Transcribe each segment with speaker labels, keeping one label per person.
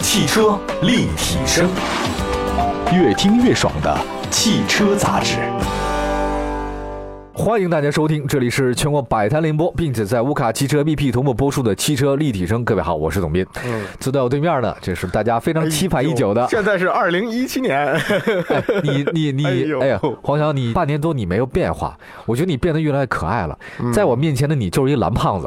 Speaker 1: 汽车立体声，越听越爽的汽车杂志。
Speaker 2: 欢迎大家收听，这里是全国百摊联播，并且在乌卡汽车 BP 同步播出的汽车立体声。各位好，我是董斌。
Speaker 3: 嗯，
Speaker 2: 坐在我对面呢，这是大家非常期盼已久的。
Speaker 3: 现在是二零一七年，
Speaker 2: 哎你你你，
Speaker 3: 哎
Speaker 2: 哎
Speaker 3: 呦
Speaker 2: 呀，黄翔，你半年多你没有变化，我觉得你变得越来越可爱了。在我面前的你就是一蓝胖 子，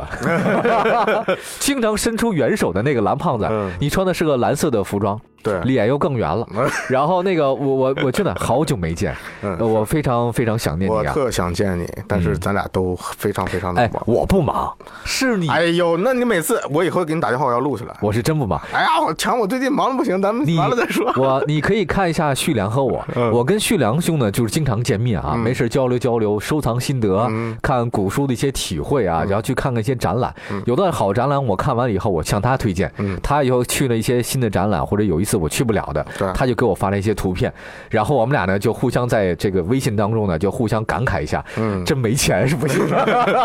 Speaker 2: 经常伸出援手的那个蓝胖子
Speaker 3: 嗯。
Speaker 2: 你穿的是个蓝色的服装，
Speaker 3: 对
Speaker 2: 脸又更圆了。 然后那个我我我真的好久没见，
Speaker 3: 嗯
Speaker 2: 呃我非常非常想念
Speaker 3: 我
Speaker 2: 你啊。
Speaker 3: 特想见你，但是咱俩都非常非常的
Speaker 2: 哎
Speaker 3: 忙，。
Speaker 2: 我不忙，是你，
Speaker 3: 哎呦，那你每次我以后给你打电话，我要录下来。
Speaker 2: 我是真不忙。
Speaker 3: 哎呀，我强，我最近忙的不行，咱们
Speaker 2: 你
Speaker 3: 完了再说。
Speaker 2: 我你可以看一下旭良和我，
Speaker 3: 嗯
Speaker 2: 我跟旭良兄呢就是经常见面啊，
Speaker 3: 嗯
Speaker 2: 没事交流交流，收藏心得，啊
Speaker 3: 嗯
Speaker 2: 看古书的一些体会啊，然后去看看一些展览。有的好展览我看完了以后，我向他推荐，
Speaker 3: 嗯
Speaker 2: 他以后去了一些新的展览，或者有一次我去不了的
Speaker 3: 对，
Speaker 2: 他就给我发了一些图片，然后我们俩呢就互相在这个微信当中呢就互相感慨一下，
Speaker 3: 嗯，
Speaker 2: 真没钱是不行的。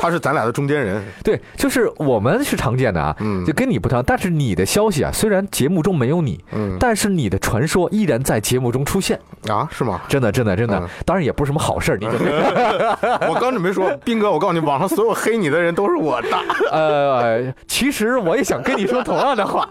Speaker 3: 他是咱俩的中间人。
Speaker 2: 对，就是我们是常见的啊，
Speaker 3: 嗯
Speaker 2: 就跟你不常，但是你的消息啊，虽然节目中没有你，
Speaker 3: 嗯
Speaker 2: 但是你的传说依然在节目中出现，？
Speaker 3: 啊，是吗
Speaker 2: 真的，真的，真的，
Speaker 3: 嗯
Speaker 2: 当然也不是什么好事儿，你就 别
Speaker 3: 我刚准备说，斌哥，我告诉你，网上所有黑你的人都是我的。
Speaker 2: 呃，其实我也想跟你说同样的话。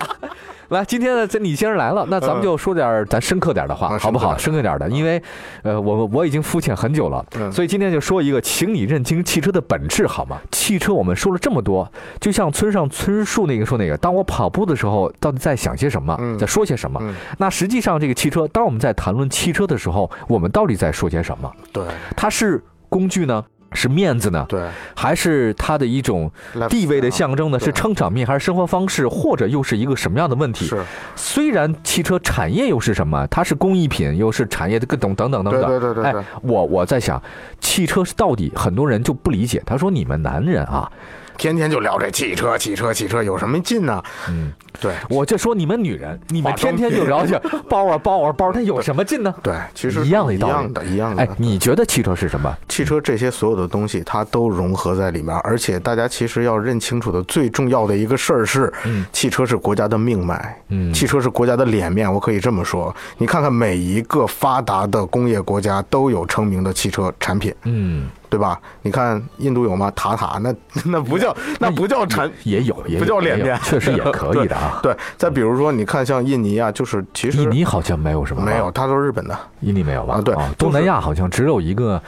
Speaker 2: 来，今天呢，这你先生来了，那咱们就说点儿咱深刻点儿的话，
Speaker 3: 嗯
Speaker 2: 好不好？嗯啊深刻点儿的，因为，呃，我我已经肤浅很久了，
Speaker 3: 嗯
Speaker 2: 所以今天就说一个，请你认清汽车的本质，好吗？汽车我们说了这么多，就像村上春树那个说那个，当我跑步的时候，到底在想些什么，
Speaker 3: 嗯
Speaker 2: 在说些什么？
Speaker 3: 嗯
Speaker 2: 那实际上，这个汽车，当我们在谈论汽车的时候，我们到底在说些什么？
Speaker 3: 对
Speaker 2: 它是工具呢？是面子呢，
Speaker 3: 对，
Speaker 2: 还是它的一种地位的象征呢？
Speaker 3: 对
Speaker 2: 是撑场面，还是生活方式，或者又是一个什么样的问题？
Speaker 3: 是，
Speaker 2: 虽然汽车产业又是什么？它是工艺品，又是产业的各种等等等
Speaker 3: 对
Speaker 2: 等。
Speaker 3: 对对对
Speaker 2: 哎
Speaker 3: 对，
Speaker 2: 我我在想，汽车是到底很多人就不理解，他说你们男人 啊，
Speaker 3: 天天就聊这汽车，汽车，汽车，有什么劲呢？
Speaker 2: 嗯，
Speaker 3: 对
Speaker 2: 我就说你们女人，你们
Speaker 3: 化
Speaker 2: 天
Speaker 3: 妆
Speaker 2: 天就聊 去包啊包啊包，它有什么劲呢？
Speaker 3: 对，其实
Speaker 2: 一样的
Speaker 3: 一
Speaker 2: 道理
Speaker 3: 样的，一样的。
Speaker 2: 哎，你觉得汽车是什么？
Speaker 3: 汽车这些所有的东西，它都融合在里面，而且大家其实要认清楚的最重要的一个事儿是，
Speaker 2: 嗯
Speaker 3: 汽车是国家的命脉，
Speaker 2: 嗯
Speaker 3: 汽车是国家的脸面，我可以这么说。你看看每一个发达的工业国家都有成名的汽车产品，
Speaker 2: 嗯，
Speaker 3: 对吧？你看印度有吗？塔塔，那 那不叫
Speaker 2: 嗯
Speaker 3: 那不叫产。
Speaker 2: 也有，也有
Speaker 3: 不叫脸
Speaker 2: 也有
Speaker 3: 面。
Speaker 2: 确实也可以的啊
Speaker 3: 对，再比如说，你看像印尼啊，就是其实
Speaker 2: 印尼好像没有什么吧，
Speaker 3: 没有，它都是日本的，
Speaker 2: 印尼没有吧？哦
Speaker 3: 啊对就是
Speaker 2: 东南亚好像只有一个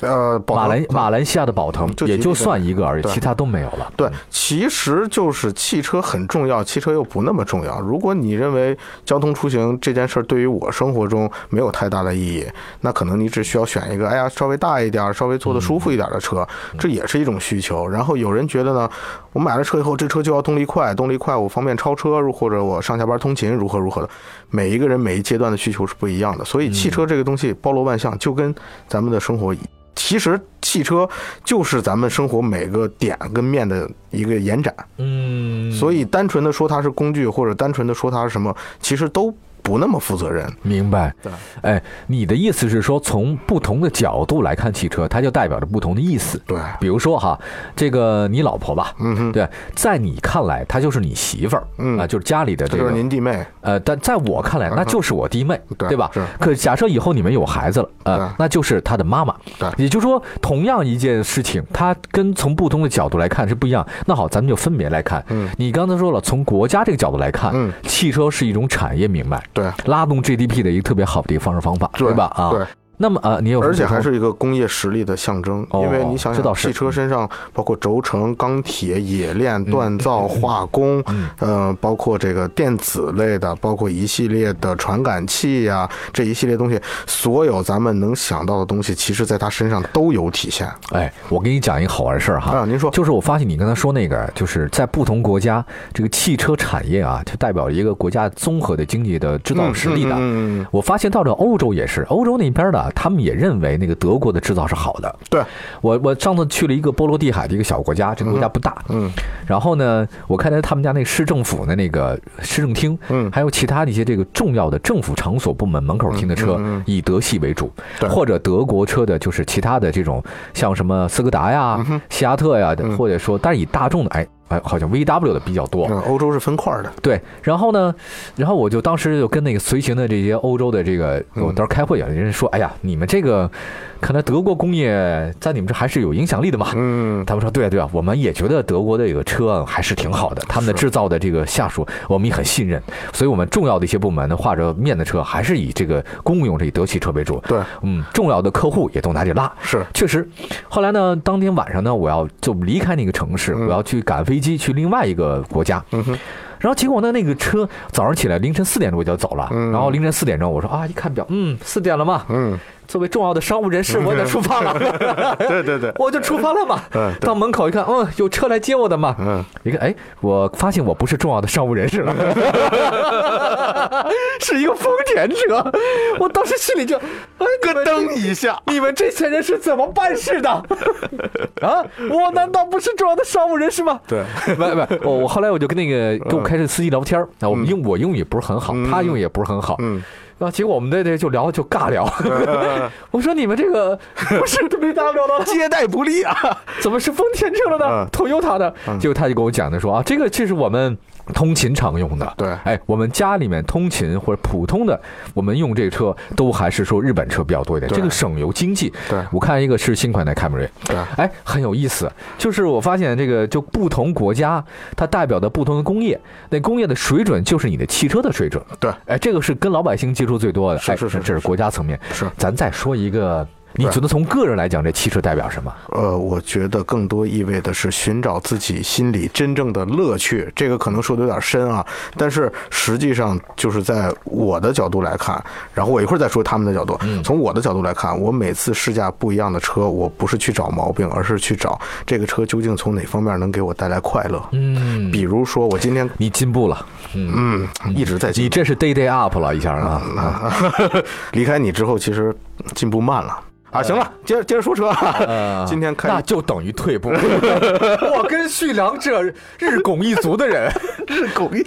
Speaker 3: 呃，宝
Speaker 2: 马
Speaker 3: 腾
Speaker 2: 来马来西亚的宝腾，
Speaker 3: 就
Speaker 2: 也
Speaker 3: 几
Speaker 2: 就
Speaker 3: 个
Speaker 2: 算一个而已，
Speaker 3: 对
Speaker 2: 其他都没有了。
Speaker 3: 对，其实就是汽车很重要，汽车又不那么重要。如果你认为交通出行这件事儿对于我生活中没有太大的意义，那可能你只需要选一个，哎呀，稍微大一点儿、稍微坐得舒服一点儿的车，这也是一种需求。然后有人觉得呢，我买了车以后，这车就要动力快，动力快我方便超车，如或者我上下班通勤如何如何的。每一个人每一阶段的需求是不一样的，所以
Speaker 2: 嗯
Speaker 3: 汽车这个东西包罗万象，就跟咱们的生活一其实汽车就是咱们生活每个点跟面的一个延展，
Speaker 2: 嗯，
Speaker 3: 所以单纯的说它是工具，或者单纯的说它是什么，其实都不那么负责任。
Speaker 2: 明白。
Speaker 3: 对，
Speaker 2: 哎，你的意思是说，从不同的角度来看汽车，它就代表着不同的意思。
Speaker 3: 对，
Speaker 2: 比如说哈，这个你老婆吧，
Speaker 3: 嗯哼，
Speaker 2: 对，在你看来，她就是你媳妇儿，
Speaker 3: 嗯
Speaker 2: 啊，就是家里的
Speaker 3: 这
Speaker 2: 这
Speaker 3: 就是嗯
Speaker 2: 个，
Speaker 3: 您弟妹，
Speaker 2: 呃，但在我看来，那就是我弟妹，
Speaker 3: 对
Speaker 2: 对吧？
Speaker 3: 是
Speaker 2: 可假设以后你们有孩子了，
Speaker 3: 对
Speaker 2: 呃，那就是她的妈妈。
Speaker 3: 对
Speaker 2: 也就是说，同样一件事情，它跟从不同的角度来看是不一样。那好，咱们就分别来看。
Speaker 3: 嗯
Speaker 2: 你刚才说了，从国家这个角度来看，
Speaker 3: 嗯
Speaker 2: 汽车是一种产业命脉，
Speaker 3: 对，
Speaker 2: 拉动 GDP 的一个特别好的一个方式方法，
Speaker 3: 对
Speaker 2: 吧？啊，
Speaker 3: 对，
Speaker 2: 那么呃，你有什么
Speaker 3: 而且还
Speaker 2: 补充
Speaker 3: 是一个工业实力的象征，
Speaker 2: 哦
Speaker 3: 因为你想
Speaker 2: 这倒
Speaker 3: 想，
Speaker 2: 是
Speaker 3: 汽车身上包括轴承、钢铁、冶
Speaker 2: 嗯
Speaker 3: 炼、锻 造、化工，呃，包括这个电子类的，包括一系列的传感器呀、这一系列东西，所有咱们能想到的东西，其实在它身上都有体现。
Speaker 2: 哎，我给你讲一个好玩事儿哈。
Speaker 3: 啊，您说，
Speaker 2: 就是我发现你刚才说那个，就是在不同国家，这个汽车产业啊，就代表一个国家综合的经济的制造实力的。
Speaker 3: 嗯嗯嗯嗯
Speaker 2: 我发现到了欧洲也是，欧洲那边的他们也认为那个德国的制造是好的。
Speaker 3: 对，
Speaker 2: 我我上次去了一个波罗的海的一个小国家，这个国家不大，
Speaker 3: 嗯
Speaker 2: 然后呢，我看到他们家那个市政府的那个市政厅，
Speaker 3: 嗯
Speaker 2: 还有其他的一些这个重要的政府场所部门门口停的车，
Speaker 3: 嗯嗯嗯
Speaker 2: 以德系为主，
Speaker 3: 对
Speaker 2: 或者德国车的，
Speaker 3: 嗯
Speaker 2: 就是其他的这种像什么斯柯达呀、西亚特呀，或者说，但是以大众的哎哎，好像 VW 的比较多。
Speaker 3: 嗯，欧洲是分块儿的，
Speaker 2: 对，然后呢，然后我就当时就跟那个随行的这些欧洲的这个，
Speaker 3: 嗯
Speaker 2: 我当时开会啊，人家说，哎呀，你们这个，看来德国工业在你们这还是有影响力的嘛。
Speaker 3: 嗯，
Speaker 2: 他们说，对啊，对啊，我们也觉得德国的这个车啊还是挺好的，他们的制造的这个下属我们也很信任，所以我们重要的一些部门呢，画着面的车还是以这个公共用这德系车为主。
Speaker 3: 对，
Speaker 2: 嗯，重要的客户也都拿这拉。
Speaker 3: 是，
Speaker 2: 确实，后来呢，当天晚上呢，我要就离开那个城市，
Speaker 3: 嗯
Speaker 2: 我要去赶飞机去另外一个国家。
Speaker 3: 嗯哼，
Speaker 2: 然后结果呢，那个车早上起来凌晨四点多就要走了，
Speaker 3: 嗯
Speaker 2: 然后凌晨四点钟我说啊，一看表，嗯，四点了嘛，
Speaker 3: 嗯，
Speaker 2: 作为重要的商务人士，我得出发了，
Speaker 3: 对对对，
Speaker 2: 我就出发了嘛。
Speaker 3: 嗯对
Speaker 2: 到门口一看，嗯，有车来接我的嘛。
Speaker 3: 嗯，
Speaker 2: 一看，哎，我发现我不是重要的商务人士 了，是一个丰田车。我当时心里就，哎，咯
Speaker 3: 噔一下，
Speaker 2: 你们这些人是怎么办事 的？啊，我难道不是重要的商务人士吗？
Speaker 3: 对， 嗯
Speaker 2: 不不，我我后来我就跟那个跟我开车司机聊天儿，啊，我们英我英语也不是很好，他英语也不是很好，
Speaker 3: 嗯，
Speaker 2: 啊，结果我们在这就聊就尬聊， 我说你们这个不是 没大聊到了，
Speaker 3: 接待不力啊，
Speaker 2: 怎么是丰田车了呢
Speaker 3: 嗯
Speaker 2: ？Toyota 的，结果他就跟我讲的说啊，这个这是我们。通勤常用的，
Speaker 3: 对
Speaker 2: 哎，我们家里面通勤或者普通的，我们用这车都还是说日本车比较多一点，
Speaker 3: 对
Speaker 2: 这个省油经济。
Speaker 3: 对
Speaker 2: 我看一个是新款的凯美瑞，
Speaker 3: 对
Speaker 2: 哎，很有意思，就是我发现这个就不同国家，它代表的不同的工业，那工业的水准就是你的汽车的水准。
Speaker 3: 对，
Speaker 2: 哎，这个是跟老百姓接触最多的，
Speaker 3: 是
Speaker 2: 哎
Speaker 3: 是是
Speaker 2: 这是国家层面。
Speaker 3: 是
Speaker 2: 咱再说一个，你觉得从个人来讲，这汽车代表什么？
Speaker 3: 呃，我觉得更多意味的是寻找自己心里真正的乐趣。这个可能说的有点深啊，但是实际上就是在我的角度来看，然后我一会儿再说他们的角度。从我的角度来看，我每次试驾不一样的车，我不是去找毛病，而是去找这个车究竟从哪方面能给我带来快乐。
Speaker 2: 嗯，
Speaker 3: 比如说，我今天
Speaker 2: 你进步了，嗯，
Speaker 3: 嗯一直在进
Speaker 2: 你这是 day day up 了一下啊。啊
Speaker 3: 离开你之后，其实进步慢了啊。行了，接着接着说车。啊
Speaker 2: 呃
Speaker 3: 今天开
Speaker 2: 那就等于退 步。我跟旭良这日拱一卒的 人，
Speaker 3: 是狗一，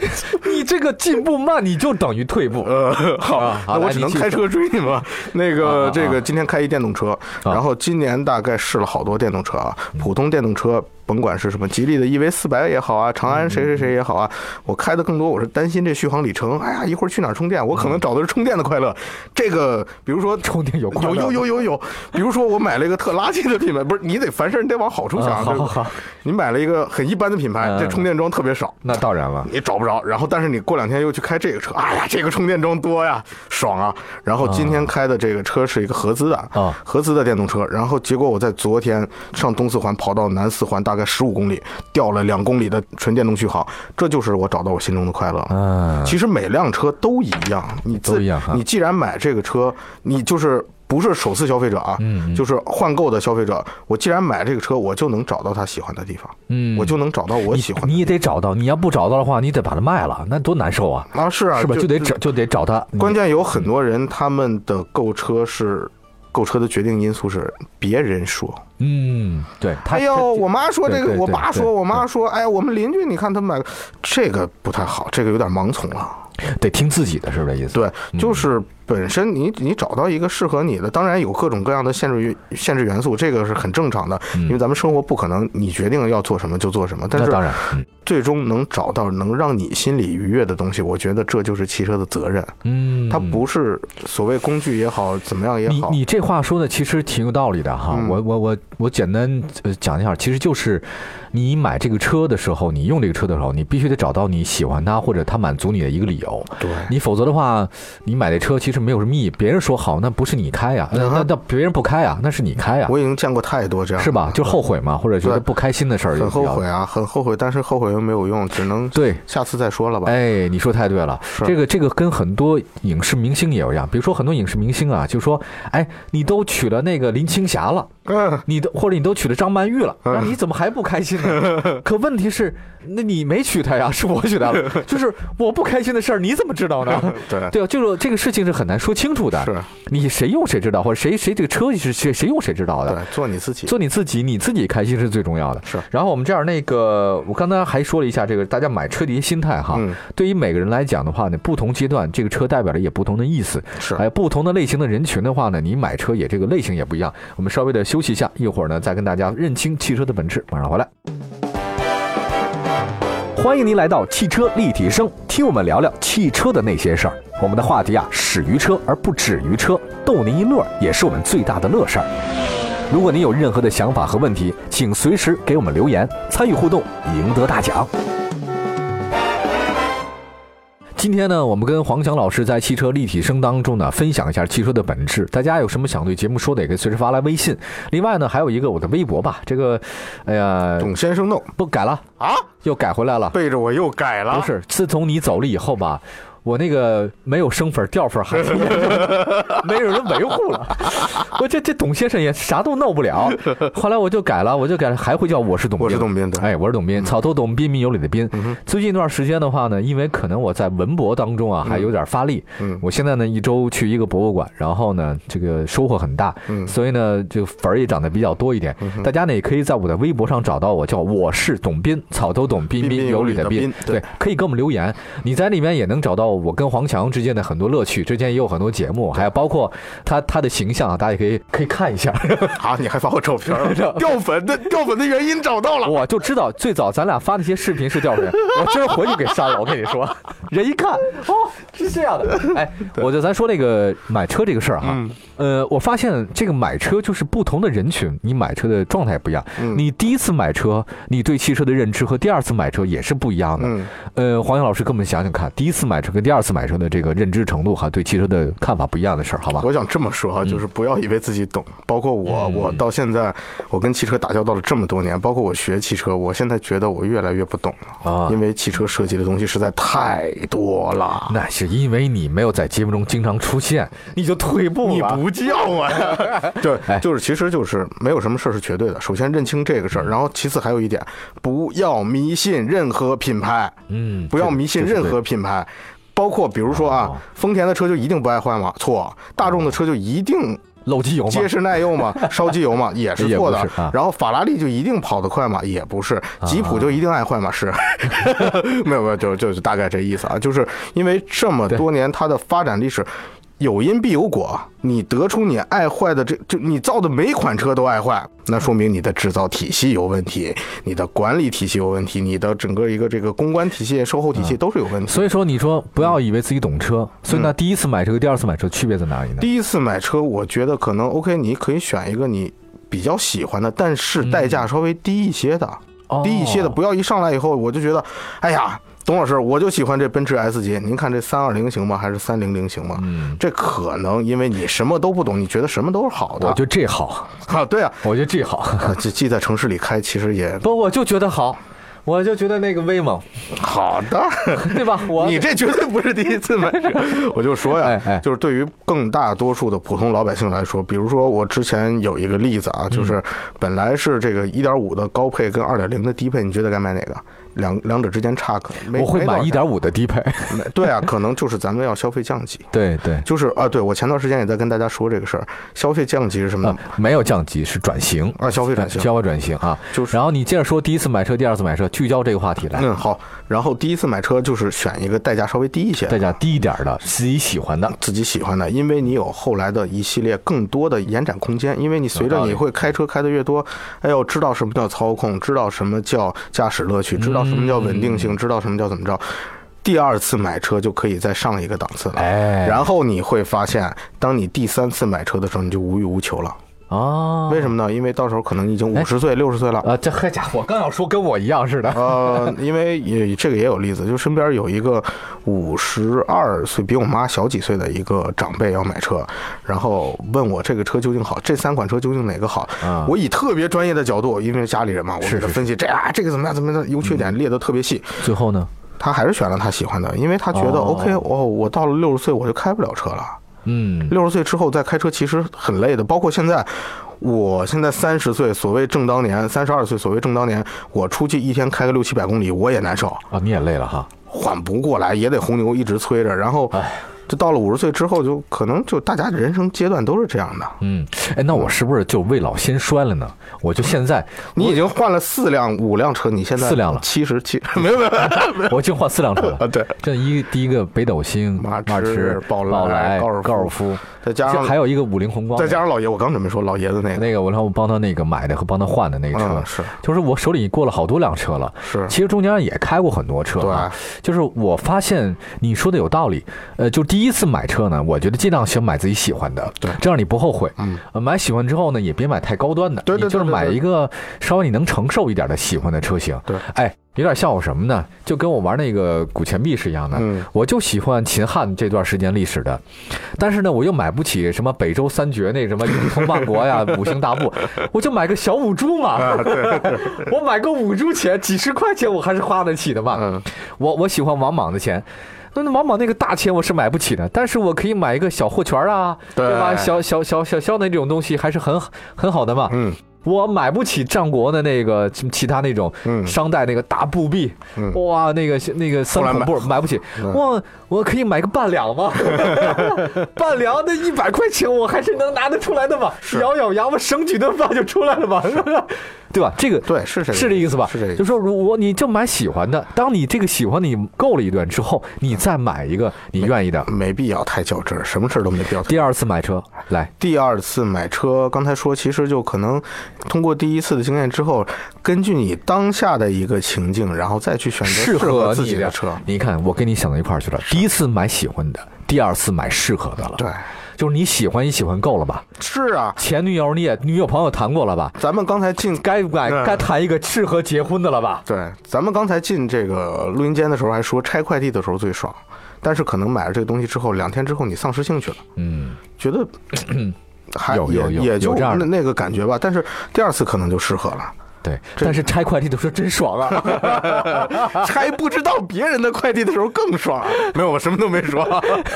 Speaker 2: 你这个进步慢，你就等于退步。
Speaker 3: 呃， 好，
Speaker 2: 啊好
Speaker 3: 那我
Speaker 2: 来
Speaker 3: 只
Speaker 2: 你
Speaker 3: 能
Speaker 2: 继续
Speaker 3: 开车追你们了。 那
Speaker 2: 啊啊
Speaker 3: 个
Speaker 2: 啊，
Speaker 3: 这个今天开一电动车，然后今年大概试了好多电动车啊，
Speaker 2: 嗯
Speaker 3: 普通电动车，甭管是什么吉利的 EV 四百也好啊，长安谁谁谁也好
Speaker 2: 嗯
Speaker 3: 啊，我开的更多，我是担心这续航里程，哎呀，一会儿去哪儿充电，我可能找的是充电的快乐。这个，比如说。
Speaker 2: 嗯充电有快乐
Speaker 3: 有
Speaker 2: 吗
Speaker 3: 有有有有，比如说我买了一个特垃圾的品牌，不是你得凡事你得往好处想，
Speaker 2: 啊好
Speaker 3: 对吧
Speaker 2: 好好
Speaker 3: 你买了一个很一般的品牌，
Speaker 2: 嗯
Speaker 3: 这充电桩特别少，
Speaker 2: 那当然了，
Speaker 3: 你找不着，然后但是你过两天又去开这个车，哎呀，这个充电桩多呀，爽啊！然后今天开的这个车是一个合资的，
Speaker 2: 啊
Speaker 3: 合资的电动车，然后结果我在昨天上东四环跑到南四环大概十五公里，掉了两公里的纯电动续航，这就是我找到我心中的快乐了。
Speaker 2: 嗯，
Speaker 3: 其实每辆车都一样，你自
Speaker 2: 都一样哈
Speaker 3: 你既然买这个车，你就是不是首次消费者啊，
Speaker 2: 嗯嗯
Speaker 3: 就是换购的消费者。我既然买这个车，我就能找到他喜欢的地方，
Speaker 2: 嗯
Speaker 3: 我就能找到我
Speaker 2: 你
Speaker 3: 喜欢的
Speaker 2: 你也得找到，你要不找到的话，你得把它卖了，那多难受啊，
Speaker 3: 啊，是啊，
Speaker 2: 是吧？就得找，就得找他。
Speaker 3: 关键有很多人，他们的购车是购车的决定因素是别人说。
Speaker 2: 嗯，对，他
Speaker 3: 哎呦，
Speaker 2: 他
Speaker 3: 我妈说
Speaker 2: 对
Speaker 3: 这个，
Speaker 2: 对
Speaker 3: 我爸
Speaker 2: 对
Speaker 3: 说，我妈
Speaker 2: 对
Speaker 3: 说，哎，我们邻居，你看他们买，这个不太好，这个有点盲从了。
Speaker 2: 得听自己的，是不是这意思？
Speaker 3: 对，就是本身你你找到一个适合你的，当然有各种各样的限制元限制元素，这个是很正常的，因为咱们生活不可能你决定要做什么就做什么，
Speaker 2: 嗯
Speaker 3: 但
Speaker 2: 那
Speaker 3: 是
Speaker 2: 当然，嗯
Speaker 3: 最终能找到能让你心里愉悦的东西，我觉得这就是汽车的责任，
Speaker 2: 嗯，
Speaker 3: 它不是所谓工具也好，怎么样也
Speaker 2: 你
Speaker 3: 好。
Speaker 2: 你这话说的其实挺有道理的哈，
Speaker 3: 嗯
Speaker 2: 我我我我简单呃讲一下，其实就是你买这个车的时候，你用这个车的时候，你必须得找到你喜欢它或者它满足你的一个理由，
Speaker 3: 对，
Speaker 2: 你否则的话，你买这车其实没有什么意义。别人说好，那不是你开呀，那
Speaker 3: 嗯哼
Speaker 2: 那那别人不开呀，那是你开呀，
Speaker 3: 我已经见过太多这样的，
Speaker 2: 啊是吧？就后悔嘛，或者觉得
Speaker 3: 对
Speaker 2: 不开心的事儿，
Speaker 3: 很后悔。啊，很后悔，但是后悔又没有用，只能
Speaker 2: 对，
Speaker 3: 下次再说了吧。
Speaker 2: 哎，你说太对了，这个这个跟很多影视明星也一样，比如说很多影视明星啊，就说，哎，你都娶了那个林青霞了，
Speaker 3: 嗯，
Speaker 2: 你都或者你都娶了张曼玉了，那你怎么还不开心 呢？可问题是，那你没娶她呀，是我娶她 了，就是我不开心的事儿，你怎么知道呢？
Speaker 3: 对，
Speaker 2: 对啊，就是这个事情是很难说清楚的。
Speaker 3: 是，
Speaker 2: 你谁用谁知道，或者谁谁这个车是谁谁用谁知道的。
Speaker 3: 对，做你自己。
Speaker 2: 做你自己，你自己开心是最重要的。
Speaker 3: 是
Speaker 2: 然后我们这样，那个我刚才还说了一下这个大家买车的一些心态哈。
Speaker 3: 嗯，
Speaker 2: 对于每个人来讲的话呢，不同阶段这个车代表着也不同的意思。
Speaker 3: 是
Speaker 2: 哎，不同的类型的人群的话呢，你买车也这个类型也不一样。我们稍微的休息一下，一会儿呢再跟大家认清汽车的本质。马上回来。欢迎您来到汽车立体声，听我们聊聊汽车的那些事儿。我们的话题啊，始于车而不止于车，逗您一乐也是我们最大的乐事儿。如果您有任何的想法和问题，请随时给我们留言，参与互动，赢得大奖。今天呢，我们跟黄强老师在汽车立体声当中呢，分享一下汽车的本质。大家有什么想对节目说的，也可以随时发来微信。另外呢，还有一个我的微博吧，这个，哎呀，
Speaker 3: 董先生 no
Speaker 2: 不改了，
Speaker 3: 啊，
Speaker 2: 又改回来了。
Speaker 3: 背着我又改了，
Speaker 2: 不是，自从你走了以后吧，我那个没有升粉掉粉 还没有人维护了。我这这董先生也啥都弄不了。后来我就改了，我就改了，还会叫我是董斌。
Speaker 3: 我是董斌对嗯
Speaker 2: 哎，我是董斌，草头董彬彬有礼的彬。最近一段时间的话呢，因为可能我在文博当中啊还有点发力，
Speaker 3: 嗯
Speaker 2: 我现在呢一周去一个博物馆，然后呢这个收获很大，
Speaker 3: 嗯
Speaker 2: 所以呢就粉儿也涨得比较多一点。大家呢也可以在我的微博上找到我，叫我是董斌，草头董彬
Speaker 3: 彬
Speaker 2: 彬
Speaker 3: 彬
Speaker 2: 有
Speaker 3: 有
Speaker 2: 礼
Speaker 3: 礼
Speaker 2: 的
Speaker 3: 的
Speaker 2: 彬
Speaker 3: 彬。
Speaker 2: 对，可以给我们留言，你在里面也能找到我跟黄强之间的很多乐趣，之间也有很多节目，还有包括他他的形象啊，大家也可以可以看一下。
Speaker 3: 啊，你还发我照 片儿了，掉粉的掉粉的原因找到了，
Speaker 2: 我就知道最早咱俩发那些视频是掉粉，我今儿回去给删了。我跟你说，人一看哦是这样的。哎，我就咱说那个买车这个事儿哈，
Speaker 3: 嗯
Speaker 2: 呃，我发现这个买车就是不同的人群，你买车的状态不一样。
Speaker 3: 嗯
Speaker 2: 你第一次买车，你对汽车的认知和第二次买车也是不一样的。
Speaker 3: 嗯
Speaker 2: 呃，黄洋老师跟我们想想看，第一次买车跟第二次买车的这个认知程度哈，对汽车的看法不一样的事儿，好吧？
Speaker 3: 我想这么说啊，就是不要以为自己懂，包括
Speaker 2: 嗯
Speaker 3: 我，我到现在我跟汽车打交道了这么多年，包括我学汽车，我现在觉得我越来越不懂了，
Speaker 2: 啊
Speaker 3: 因为汽车涉及的东西实在太多了。
Speaker 2: 那是因为你没有在节目中经常出现，你就退步了。
Speaker 3: 你不叫我 呀？对
Speaker 2: 哎，
Speaker 3: 就是，其实就是没有什么事儿是绝对的。首先认清这个
Speaker 2: 嗯
Speaker 3: 事儿，然后其次还有一点，不要迷信任何品牌。
Speaker 2: 嗯，
Speaker 3: 不要迷信
Speaker 2: 这是
Speaker 3: 任
Speaker 2: 对
Speaker 3: 何品牌，包括比如说啊
Speaker 2: 哦，
Speaker 3: 丰田的车就一定不爱坏吗？错，大众的车就一定
Speaker 2: 漏机油嘛。
Speaker 3: 结实耐用 吗？烧机油吗？也是错的
Speaker 2: 也不是啊。啊
Speaker 3: 然后法拉利就一定跑得快吗？也不是。吉普就一定爱坏 吗？是，没有没有，就就是大概这意思啊，就是因为这么多年它的发展历史。有因必有果，你得出你爱坏的这就你造的每款车都爱坏，那说明你的制造体系有问题，你的管理体系有问题，你的整个一个这个公关体系、售后体
Speaker 2: 嗯
Speaker 3: 系都是有问题的。
Speaker 2: 所以说，你说不要以为自己懂车，所以那第一次买车和第二次买车区别在哪里呢？
Speaker 3: 嗯第一次买车，我觉得可能 OK，你可以选一个你比较喜欢的，但是代价稍微低一些的，
Speaker 2: 哦
Speaker 3: 低一些的，不要一上来以后我就觉得，哎呀，董老师，我就喜欢这奔驰 S 级，您看这三二零行吗？还是三零零行吗？
Speaker 2: 嗯，
Speaker 3: 这可能因为你什么都不懂，你觉得什么都是好的。
Speaker 2: 我觉得这好，
Speaker 3: 啊，对啊，
Speaker 2: 我觉得这好，
Speaker 3: 啊既既在城市里开，其实也
Speaker 2: 不，我就觉得好，我就觉得那个威 猛，
Speaker 3: 好的。
Speaker 2: 对吧？我
Speaker 3: 你这绝对不是第一次买 车，我就说呀
Speaker 2: 哎，哎
Speaker 3: 就是对于更大多数的普通老百姓来说，比如说我之前有一个例子
Speaker 2: 嗯
Speaker 3: 啊，就是本来是这个1.5的高配跟2.0的低配，你觉得该买哪个？两两者之间差可没
Speaker 2: 我会买一
Speaker 3: 没多
Speaker 2: 点五的低配，
Speaker 3: 少没对啊，可能就是咱们要消费降级，
Speaker 2: 对对，
Speaker 3: 就是啊，对我前段时间也在跟大家说这个事儿，消费降级是什么
Speaker 2: 啊
Speaker 3: 呢？，
Speaker 2: 没有降级是转型，
Speaker 3: 嗯啊，消费转型。
Speaker 2: 消费转型啊。
Speaker 3: 就是
Speaker 2: 然后你接着说第一次买车，第二次买车，聚焦这个话题来，
Speaker 3: 嗯，好。然后第一次买车就是选一个代价稍微低一些的，
Speaker 2: 代价低一点的，自己喜欢的，
Speaker 3: 自己喜欢的，因为你有后来的一系列更多的延展空间，因为你随
Speaker 2: 有道
Speaker 3: 着
Speaker 2: 理
Speaker 3: 你会开车开的越多，哎呦，知道什么叫操控，知道什么叫驾驶乐趣，知道什么叫稳定性，知道什么叫怎么着，第二次买车就可以再上一个档次了。
Speaker 2: 哎，
Speaker 3: 然后你会发现，当你第三次买车的时候，你就无欲无求了。
Speaker 2: 哦，
Speaker 3: 为什么呢？因为到时候可能已经五十岁、六十岁了。
Speaker 2: 啊，这嘿家伙刚要说跟我一样似的，
Speaker 3: 呃，因为也这个也有例子，就身边有一个五十二岁，比我妈小几岁的一个长辈要买车，然后问我这个车究竟好，这三款车究竟哪个好？
Speaker 2: 啊
Speaker 3: 我以特别专业的角度，因为家里人嘛，我
Speaker 2: 是
Speaker 3: 给他
Speaker 2: 是嗯
Speaker 3: 分析这啊这个怎么样怎么样，优缺点列得特别细，
Speaker 2: 最后呢？
Speaker 3: 他还是选了他喜欢的，因为他觉得、
Speaker 2: 哦
Speaker 3: OK，哦，我到了六十岁我就开不了车了。
Speaker 2: 嗯，
Speaker 3: 六十岁之后再开车其实很累的，包括现在，我现在三十岁，所谓正当年，三十二岁所谓正当年，我出去一天开个六七百公里，我也难受，
Speaker 2: 啊，你也累了哈。
Speaker 3: 缓不过来，也得红牛一直催着，然后就到了五十岁之后，就可能就大家人生阶段都是这样的。
Speaker 2: 嗯，哎，那我是不是就未老先衰了呢？我就现在，
Speaker 3: 你已经换了四辆、五辆车，你现在
Speaker 2: 四辆了
Speaker 3: 七十七没有没有没有
Speaker 2: 我净换四辆车了
Speaker 3: 啊，对，
Speaker 2: 这一第一个北斗星、
Speaker 3: 马
Speaker 2: 马
Speaker 3: 驰
Speaker 2: 驰、
Speaker 3: 宝来
Speaker 2: 来、
Speaker 3: 高尔夫
Speaker 2: 高尔夫，
Speaker 3: 再加
Speaker 2: 这
Speaker 3: 上
Speaker 2: 还有一个五菱宏光，
Speaker 3: 再加上老爷，我刚准备说老爷子那个，
Speaker 2: 那个我让我帮他那个买的和帮他换的那个车，
Speaker 3: 嗯是
Speaker 2: 就是我手里过了好多辆车了，
Speaker 3: 是
Speaker 2: 其实中间也开过很多车、啊，就是我发现你说的有道理，呃，就第一次买车呢，我觉得尽量想买自己喜欢的，
Speaker 3: 对
Speaker 2: 这样你不后悔，
Speaker 3: 嗯
Speaker 2: 呃，买喜欢之后呢，也别买太高端的，
Speaker 3: 对对
Speaker 2: 你就是
Speaker 3: 对对
Speaker 2: 买
Speaker 3: 对
Speaker 2: 一个稍微你能承受一点的喜欢的车型，
Speaker 3: 对
Speaker 2: 哎，有点像我什么呢？就跟我玩那个古钱币是一样的，
Speaker 3: 嗯
Speaker 2: 我就喜欢秦汉这段时间历史的，但是呢，我又买不起什么北周三绝那什么永通万国 呀、五行大部，我就买个小五铢嘛。
Speaker 3: 啊
Speaker 2: 我买个五铢钱，几十块钱我还是花得起的嘛。
Speaker 3: 嗯
Speaker 2: 我我喜欢王莽的钱。那那王莽那个大钱我是买不起的，但是我可以买一个小货权啊，
Speaker 3: 对
Speaker 2: 吧？小小小小小的那种东西还是很很好的嘛。
Speaker 3: 嗯
Speaker 2: 我买不起战国的那个其其他那种
Speaker 3: 嗯
Speaker 2: 商代那个大布币，
Speaker 3: 嗯
Speaker 2: 哇，那个那个三孔布买不起，我我可以买个半两 吗？ 半两那一百块钱我还是能拿得出来的嘛，咬咬牙我省几顿饭就出来了嘛， 对吧？这个
Speaker 3: 对是这个
Speaker 2: 是这意思吧？
Speaker 3: 是这个意思
Speaker 2: 就说如果你就买喜欢的，当你这个喜欢的你够了一段之后，你再买一个你愿 意的。
Speaker 3: 没必要太较真儿，什么事儿都没必要太较真儿。
Speaker 2: 第二次买车来，
Speaker 3: 第二次买车，刚才说，其实就可能通过第一次的经验之后，根据你当下的一个情境，然后再去选择
Speaker 2: 适
Speaker 3: 合
Speaker 2: 合
Speaker 3: 自
Speaker 2: 你
Speaker 3: 己的车。
Speaker 2: 你看，我跟你想到一块儿去了。第一次买喜欢的，第二次买适合的了。
Speaker 3: 对，
Speaker 2: 就是你喜欢，你喜欢够了吧？
Speaker 3: 是啊，
Speaker 2: 前女友你也女友朋友谈过了吧？
Speaker 3: 咱们刚才 进
Speaker 2: 该买
Speaker 3: 嗯
Speaker 2: 该谈一个适合结婚的了吧？
Speaker 3: 对，咱们刚才进这个录音间的时候还说拆快递的时候最爽，但是可能买了这个东西之后，两天之后你丧失兴趣了，
Speaker 2: 嗯，
Speaker 3: 觉得还
Speaker 2: 有
Speaker 3: 也
Speaker 2: 有有
Speaker 3: 也就
Speaker 2: 有这样
Speaker 3: 那
Speaker 2: 的
Speaker 3: 那个感觉吧。但是第二次可能就适合了。
Speaker 2: 对。但是拆快递的时候真爽啊！
Speaker 3: 拆不知道别人的快递的时候 更爽，没有，我什么都没说。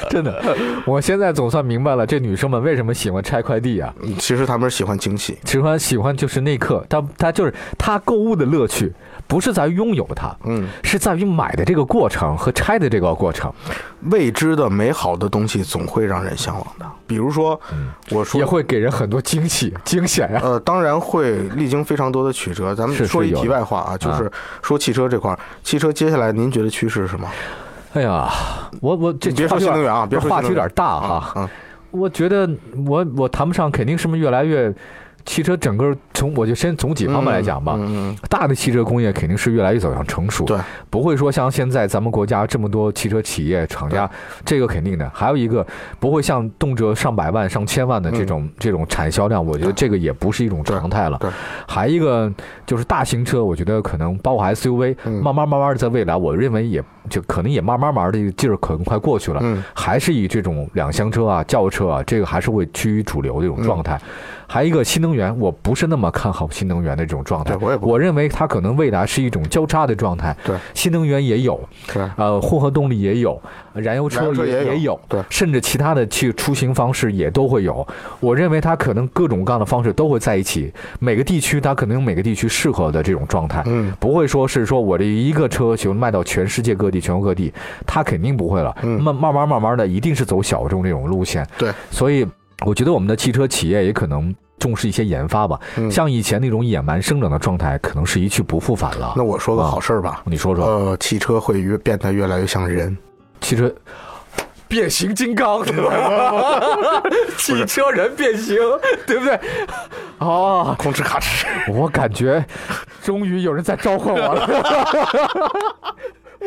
Speaker 2: 真的，我现在总算明白了，这女生们为什么喜欢拆快递啊？
Speaker 3: 嗯其实他们是喜欢惊喜，
Speaker 2: 喜欢喜欢就是那一刻，她她就是她购物的乐趣，不是在于拥有它，
Speaker 3: 嗯，
Speaker 2: 是在于买的这个过程和拆的这个过程，
Speaker 3: 未知的美好的东西总会让人向往的。比如说，我说
Speaker 2: 嗯也会给人很多惊喜惊险呀、
Speaker 3: 呃，当然会历经非常多的曲折。咱们
Speaker 2: 是
Speaker 3: 说
Speaker 2: 是
Speaker 3: 一
Speaker 2: 有
Speaker 3: 题
Speaker 2: 的
Speaker 3: 外话啊，就
Speaker 2: 啊
Speaker 3: 是说汽车这块儿，汽车接下来您觉得趋势是什么？
Speaker 2: 哎呀，我我这
Speaker 3: 你别说
Speaker 2: 话题有
Speaker 3: 新
Speaker 2: 点
Speaker 3: 能源啊别说
Speaker 2: 话
Speaker 3: 新
Speaker 2: 题有
Speaker 3: 能
Speaker 2: 点
Speaker 3: 源
Speaker 2: 大哈、啊
Speaker 3: 嗯，
Speaker 2: 我觉得我我谈不上，肯定是不是越来越汽车整个从我就先从几方面来讲吧。
Speaker 3: 嗯嗯
Speaker 2: 大的汽车工业肯定是越来越走向成熟，
Speaker 3: 对，
Speaker 2: 不会说像现在咱们国家这么多汽车企业厂家，这个肯定的。还有一个不会像动辄上百万、上千万的这种、这种产销量，我觉得这个也不是一种常态了。
Speaker 3: 嗯对对
Speaker 2: 还一个就是大型车，我觉得可能包括 SUV，、
Speaker 3: 嗯
Speaker 2: 慢慢慢慢地在未来，我认为也就可能也慢慢慢慢的劲儿可能快过去了。
Speaker 3: 嗯
Speaker 2: 还是以这种两厢车啊、轿车啊，这个还是会趋于主流的这种状态。
Speaker 3: 嗯
Speaker 2: 还有一个新能源，我不是那么看好新能源的这种状态。
Speaker 3: 对我也不
Speaker 2: 认为它可能未来是一种交叉的状态。
Speaker 3: 对，
Speaker 2: 新能源也有，
Speaker 3: 对，
Speaker 2: 呃，混合动力也有，燃油
Speaker 3: 燃
Speaker 2: 车
Speaker 3: 油车也
Speaker 2: 也
Speaker 3: 有
Speaker 2: 有，
Speaker 3: 对
Speaker 2: 甚至其他的去出行方式也都会有。我认为它可能各种各样的方式都会在一起，每个地区它可能有每个地区适合的这种状态。
Speaker 3: 嗯，
Speaker 2: 不会说是说我这一个车型卖到全世界各地、全国各地，它肯定不会了。
Speaker 3: 嗯
Speaker 2: 慢慢慢慢慢的，一定是走小众这种路线。
Speaker 3: 对，
Speaker 2: 所以我觉得我们的汽车企业也可能重视一些研发吧。
Speaker 3: 嗯
Speaker 2: 像以前那种野蛮生长的状态，可能是一去不复返了
Speaker 3: 那。我说个好事儿吧，
Speaker 2: 你啊说说，
Speaker 3: 呃，汽车会越变得越来越像 人。
Speaker 2: 汽车。变形金 刚，对吧？汽车人变形，对不对？哦，
Speaker 3: 空哧咔哧，
Speaker 2: 我感觉终于有人在召唤 我了。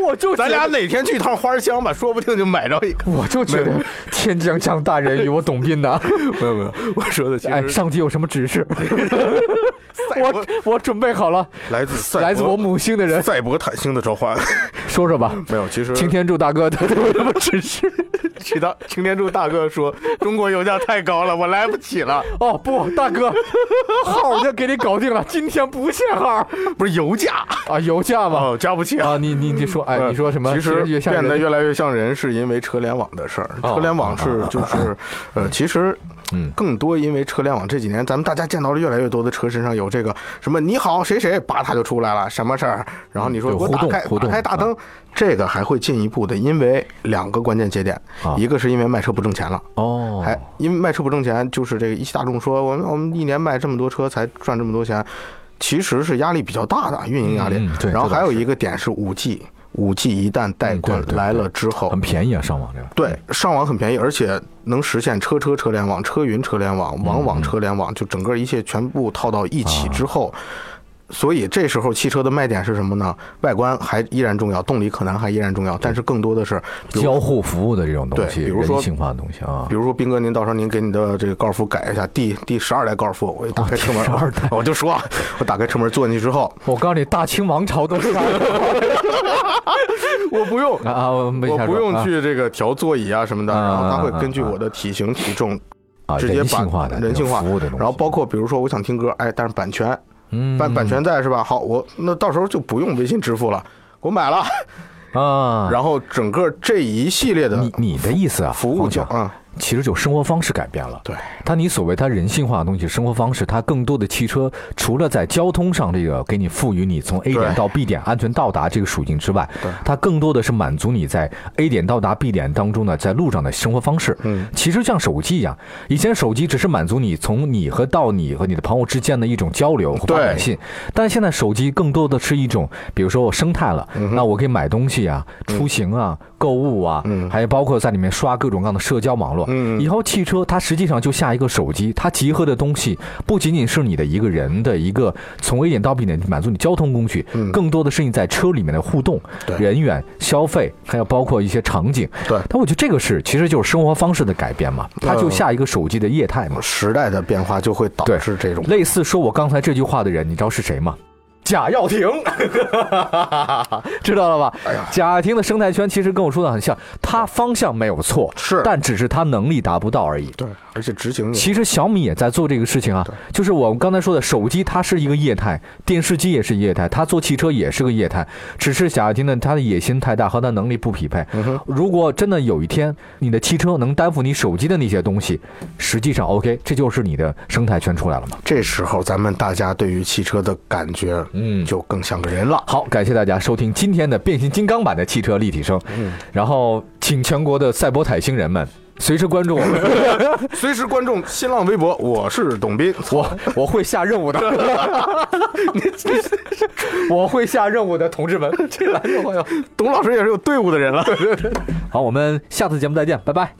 Speaker 2: 我就
Speaker 3: 咱
Speaker 2: 觉得
Speaker 3: 俩哪天去一趟花乡吧，说不定就买着一个。
Speaker 2: 我就觉
Speaker 3: 没
Speaker 2: 得天将降大任于我董斌呐！
Speaker 3: 没有没有，我说 的其
Speaker 2: 哎，上级有什么指 示？我我准备好了，
Speaker 3: 来自赛博
Speaker 2: 来自我母星的 人
Speaker 3: 赛博坦星的召 唤。
Speaker 2: 说说吧。
Speaker 3: 没有，其实
Speaker 2: 擎天柱大哥他有什么指 示？
Speaker 3: 其他擎天柱大哥说中国油价太高了，我来不 起了。
Speaker 2: 哦不，大哥，号儿已经给你搞定了，今天不限号儿
Speaker 3: 不是油价
Speaker 2: 啊，油价吧？
Speaker 3: 哦，加不起
Speaker 2: 啊，。你你你说，哎，你说什么？
Speaker 3: 呃其实
Speaker 2: 越吓
Speaker 3: 变得
Speaker 2: 人
Speaker 3: 越来越像人，是因为车联网的事儿。
Speaker 2: 哦
Speaker 3: 车联网是就是，呃，其实，
Speaker 2: 嗯
Speaker 3: 更多因为车联网这几年，咱们大家见到了越来越多的车身上有这个什么“你好谁谁”，叭它就出来了，什么事儿？然后你说
Speaker 2: 嗯
Speaker 3: 给
Speaker 2: 对
Speaker 3: 我打
Speaker 2: 互动
Speaker 3: 开
Speaker 2: 互
Speaker 3: 打
Speaker 2: 动
Speaker 3: 开大灯，这个还会进一步的，因为两个关键节点
Speaker 2: 啊，啊
Speaker 3: 一个是因为卖车不挣钱了，
Speaker 2: 哦，
Speaker 3: 还因为卖车不挣钱，就是这个一汽大众说我们我们一年卖这么多车才赚这么多钱，其实是压力比较大的，运营压力。
Speaker 2: 嗯嗯对
Speaker 3: 然后
Speaker 2: 这倒
Speaker 3: 还有
Speaker 2: 是
Speaker 3: 一个点是五 G，五 G 一旦带
Speaker 2: 嗯对
Speaker 3: 宽
Speaker 2: 对对
Speaker 3: 来了之后，
Speaker 2: 很便宜啊，上网这个。
Speaker 3: 对，上网很便宜，而且能实现车车车联网、车云车联网、网网车联网，就整个一切全部套到一
Speaker 2: 啊
Speaker 3: 起之后，所以这时候汽车的卖点是什么呢？外观还依然重要，动力可能还依然重要，但是更多的是，比如
Speaker 2: 交互服务的这种东西，
Speaker 3: 对比如说
Speaker 2: 人性化的东西啊
Speaker 3: 比。如说斌哥，您到时候您给你的这个高尔夫改一下，第第十二代高尔夫，我一打开车门，
Speaker 2: 哦第12代
Speaker 3: 我就说啊，我打开车门坐进去之后，
Speaker 2: 我告诉你，大清王朝都是
Speaker 3: 我不用
Speaker 2: 啊 啊， 我没
Speaker 3: 我
Speaker 2: 瞎
Speaker 3: 不
Speaker 2: 说
Speaker 3: 用
Speaker 2: 啊
Speaker 3: 去这个调座椅啊什么的，
Speaker 2: 啊
Speaker 3: 然后
Speaker 2: 啊
Speaker 3: 他会
Speaker 2: 啊
Speaker 3: 根据
Speaker 2: 啊
Speaker 3: 我的体型体重
Speaker 2: 啊，
Speaker 3: 直接
Speaker 2: 人
Speaker 3: 把
Speaker 2: 性化的
Speaker 3: 人性化
Speaker 2: 服务的东西，
Speaker 3: 然后包括比如说我想听歌，哎，但是版权
Speaker 2: 嗯
Speaker 3: 版版权在是吧？好，我那到时候就不用微信支付了，我买了。
Speaker 2: 啊。
Speaker 3: 然后整个这一系列的
Speaker 2: 你你的意思啊，
Speaker 3: 服务
Speaker 2: 黄
Speaker 3: 就
Speaker 2: 总
Speaker 3: 啊，
Speaker 2: 其实就生活方式改变了。
Speaker 3: 对，
Speaker 2: 它你所谓它人性化的东西，生活方式，它更多的汽车除了在交通上这个给你赋予你从 A 点到 B 点安全到达这个属性之外
Speaker 3: 对，
Speaker 2: 它更多的是满足你在 A 点到达 B 点当中呢，在路上的生活方式。
Speaker 3: 嗯，
Speaker 2: 其实像手机一样，以前手机只是满足你从你和到你和你的朋友之间的一种交流和发
Speaker 3: 对
Speaker 2: 短信，但现在手机更多的是一种，比如说我生态了，那我可以买东西啊、出行啊、购物啊，
Speaker 3: 嗯
Speaker 2: 还有包括在里面刷各种各样的社交网络。
Speaker 3: 嗯
Speaker 2: 以后汽车它实际上就下一个手机，它集合的东西不仅仅是你的一个人的一个从 A 点到 B 点满足你交通工具，
Speaker 3: 嗯
Speaker 2: 更多的是你在车里面的互动、
Speaker 3: 对
Speaker 2: 人员、消费，还有包括一些场景。
Speaker 3: 对嗯
Speaker 2: 但我觉得这个是其实就是生活方式的改变嘛，它就下一个手机的业态嘛。
Speaker 3: 时代的变化就会导
Speaker 2: 对
Speaker 3: 致这种。
Speaker 2: 类似说我刚才这句话的人，你知道是谁吗？贾跃亭， 知道了吧？贾跃亭的生态圈其实跟我说的很像，他方向没有错，
Speaker 3: 是嗯
Speaker 2: 但只是他能力达不到而已。
Speaker 3: 对，而且执行也
Speaker 2: 其实小米也在做这个事情啊，就是我们刚才说的，手机它是一个业态，电视机也是业态，它做汽车也是个业态，只是贾跃亭呢，他的野心太大和他能力不匹配。
Speaker 3: 嗯
Speaker 2: 如果真的有一天你的汽车能担负你手机的那些东西，实际上 OK，这就是你的生态圈出来了嘛。
Speaker 3: 这时候咱们大家对于汽车的感觉，
Speaker 2: 嗯
Speaker 3: 就更像个人了。
Speaker 2: 好，感谢大家收听今天的变形金刚版的汽车立体声，然后请全国的赛博坦星人们随时关注我们。
Speaker 3: 随时关注新浪微博，我是董斌，
Speaker 2: 我我会下任务的，我会下任务的，同志们，这来就会有。
Speaker 3: 董老师也是有队伍的人了。
Speaker 2: 好，我们下次节目再见，拜拜。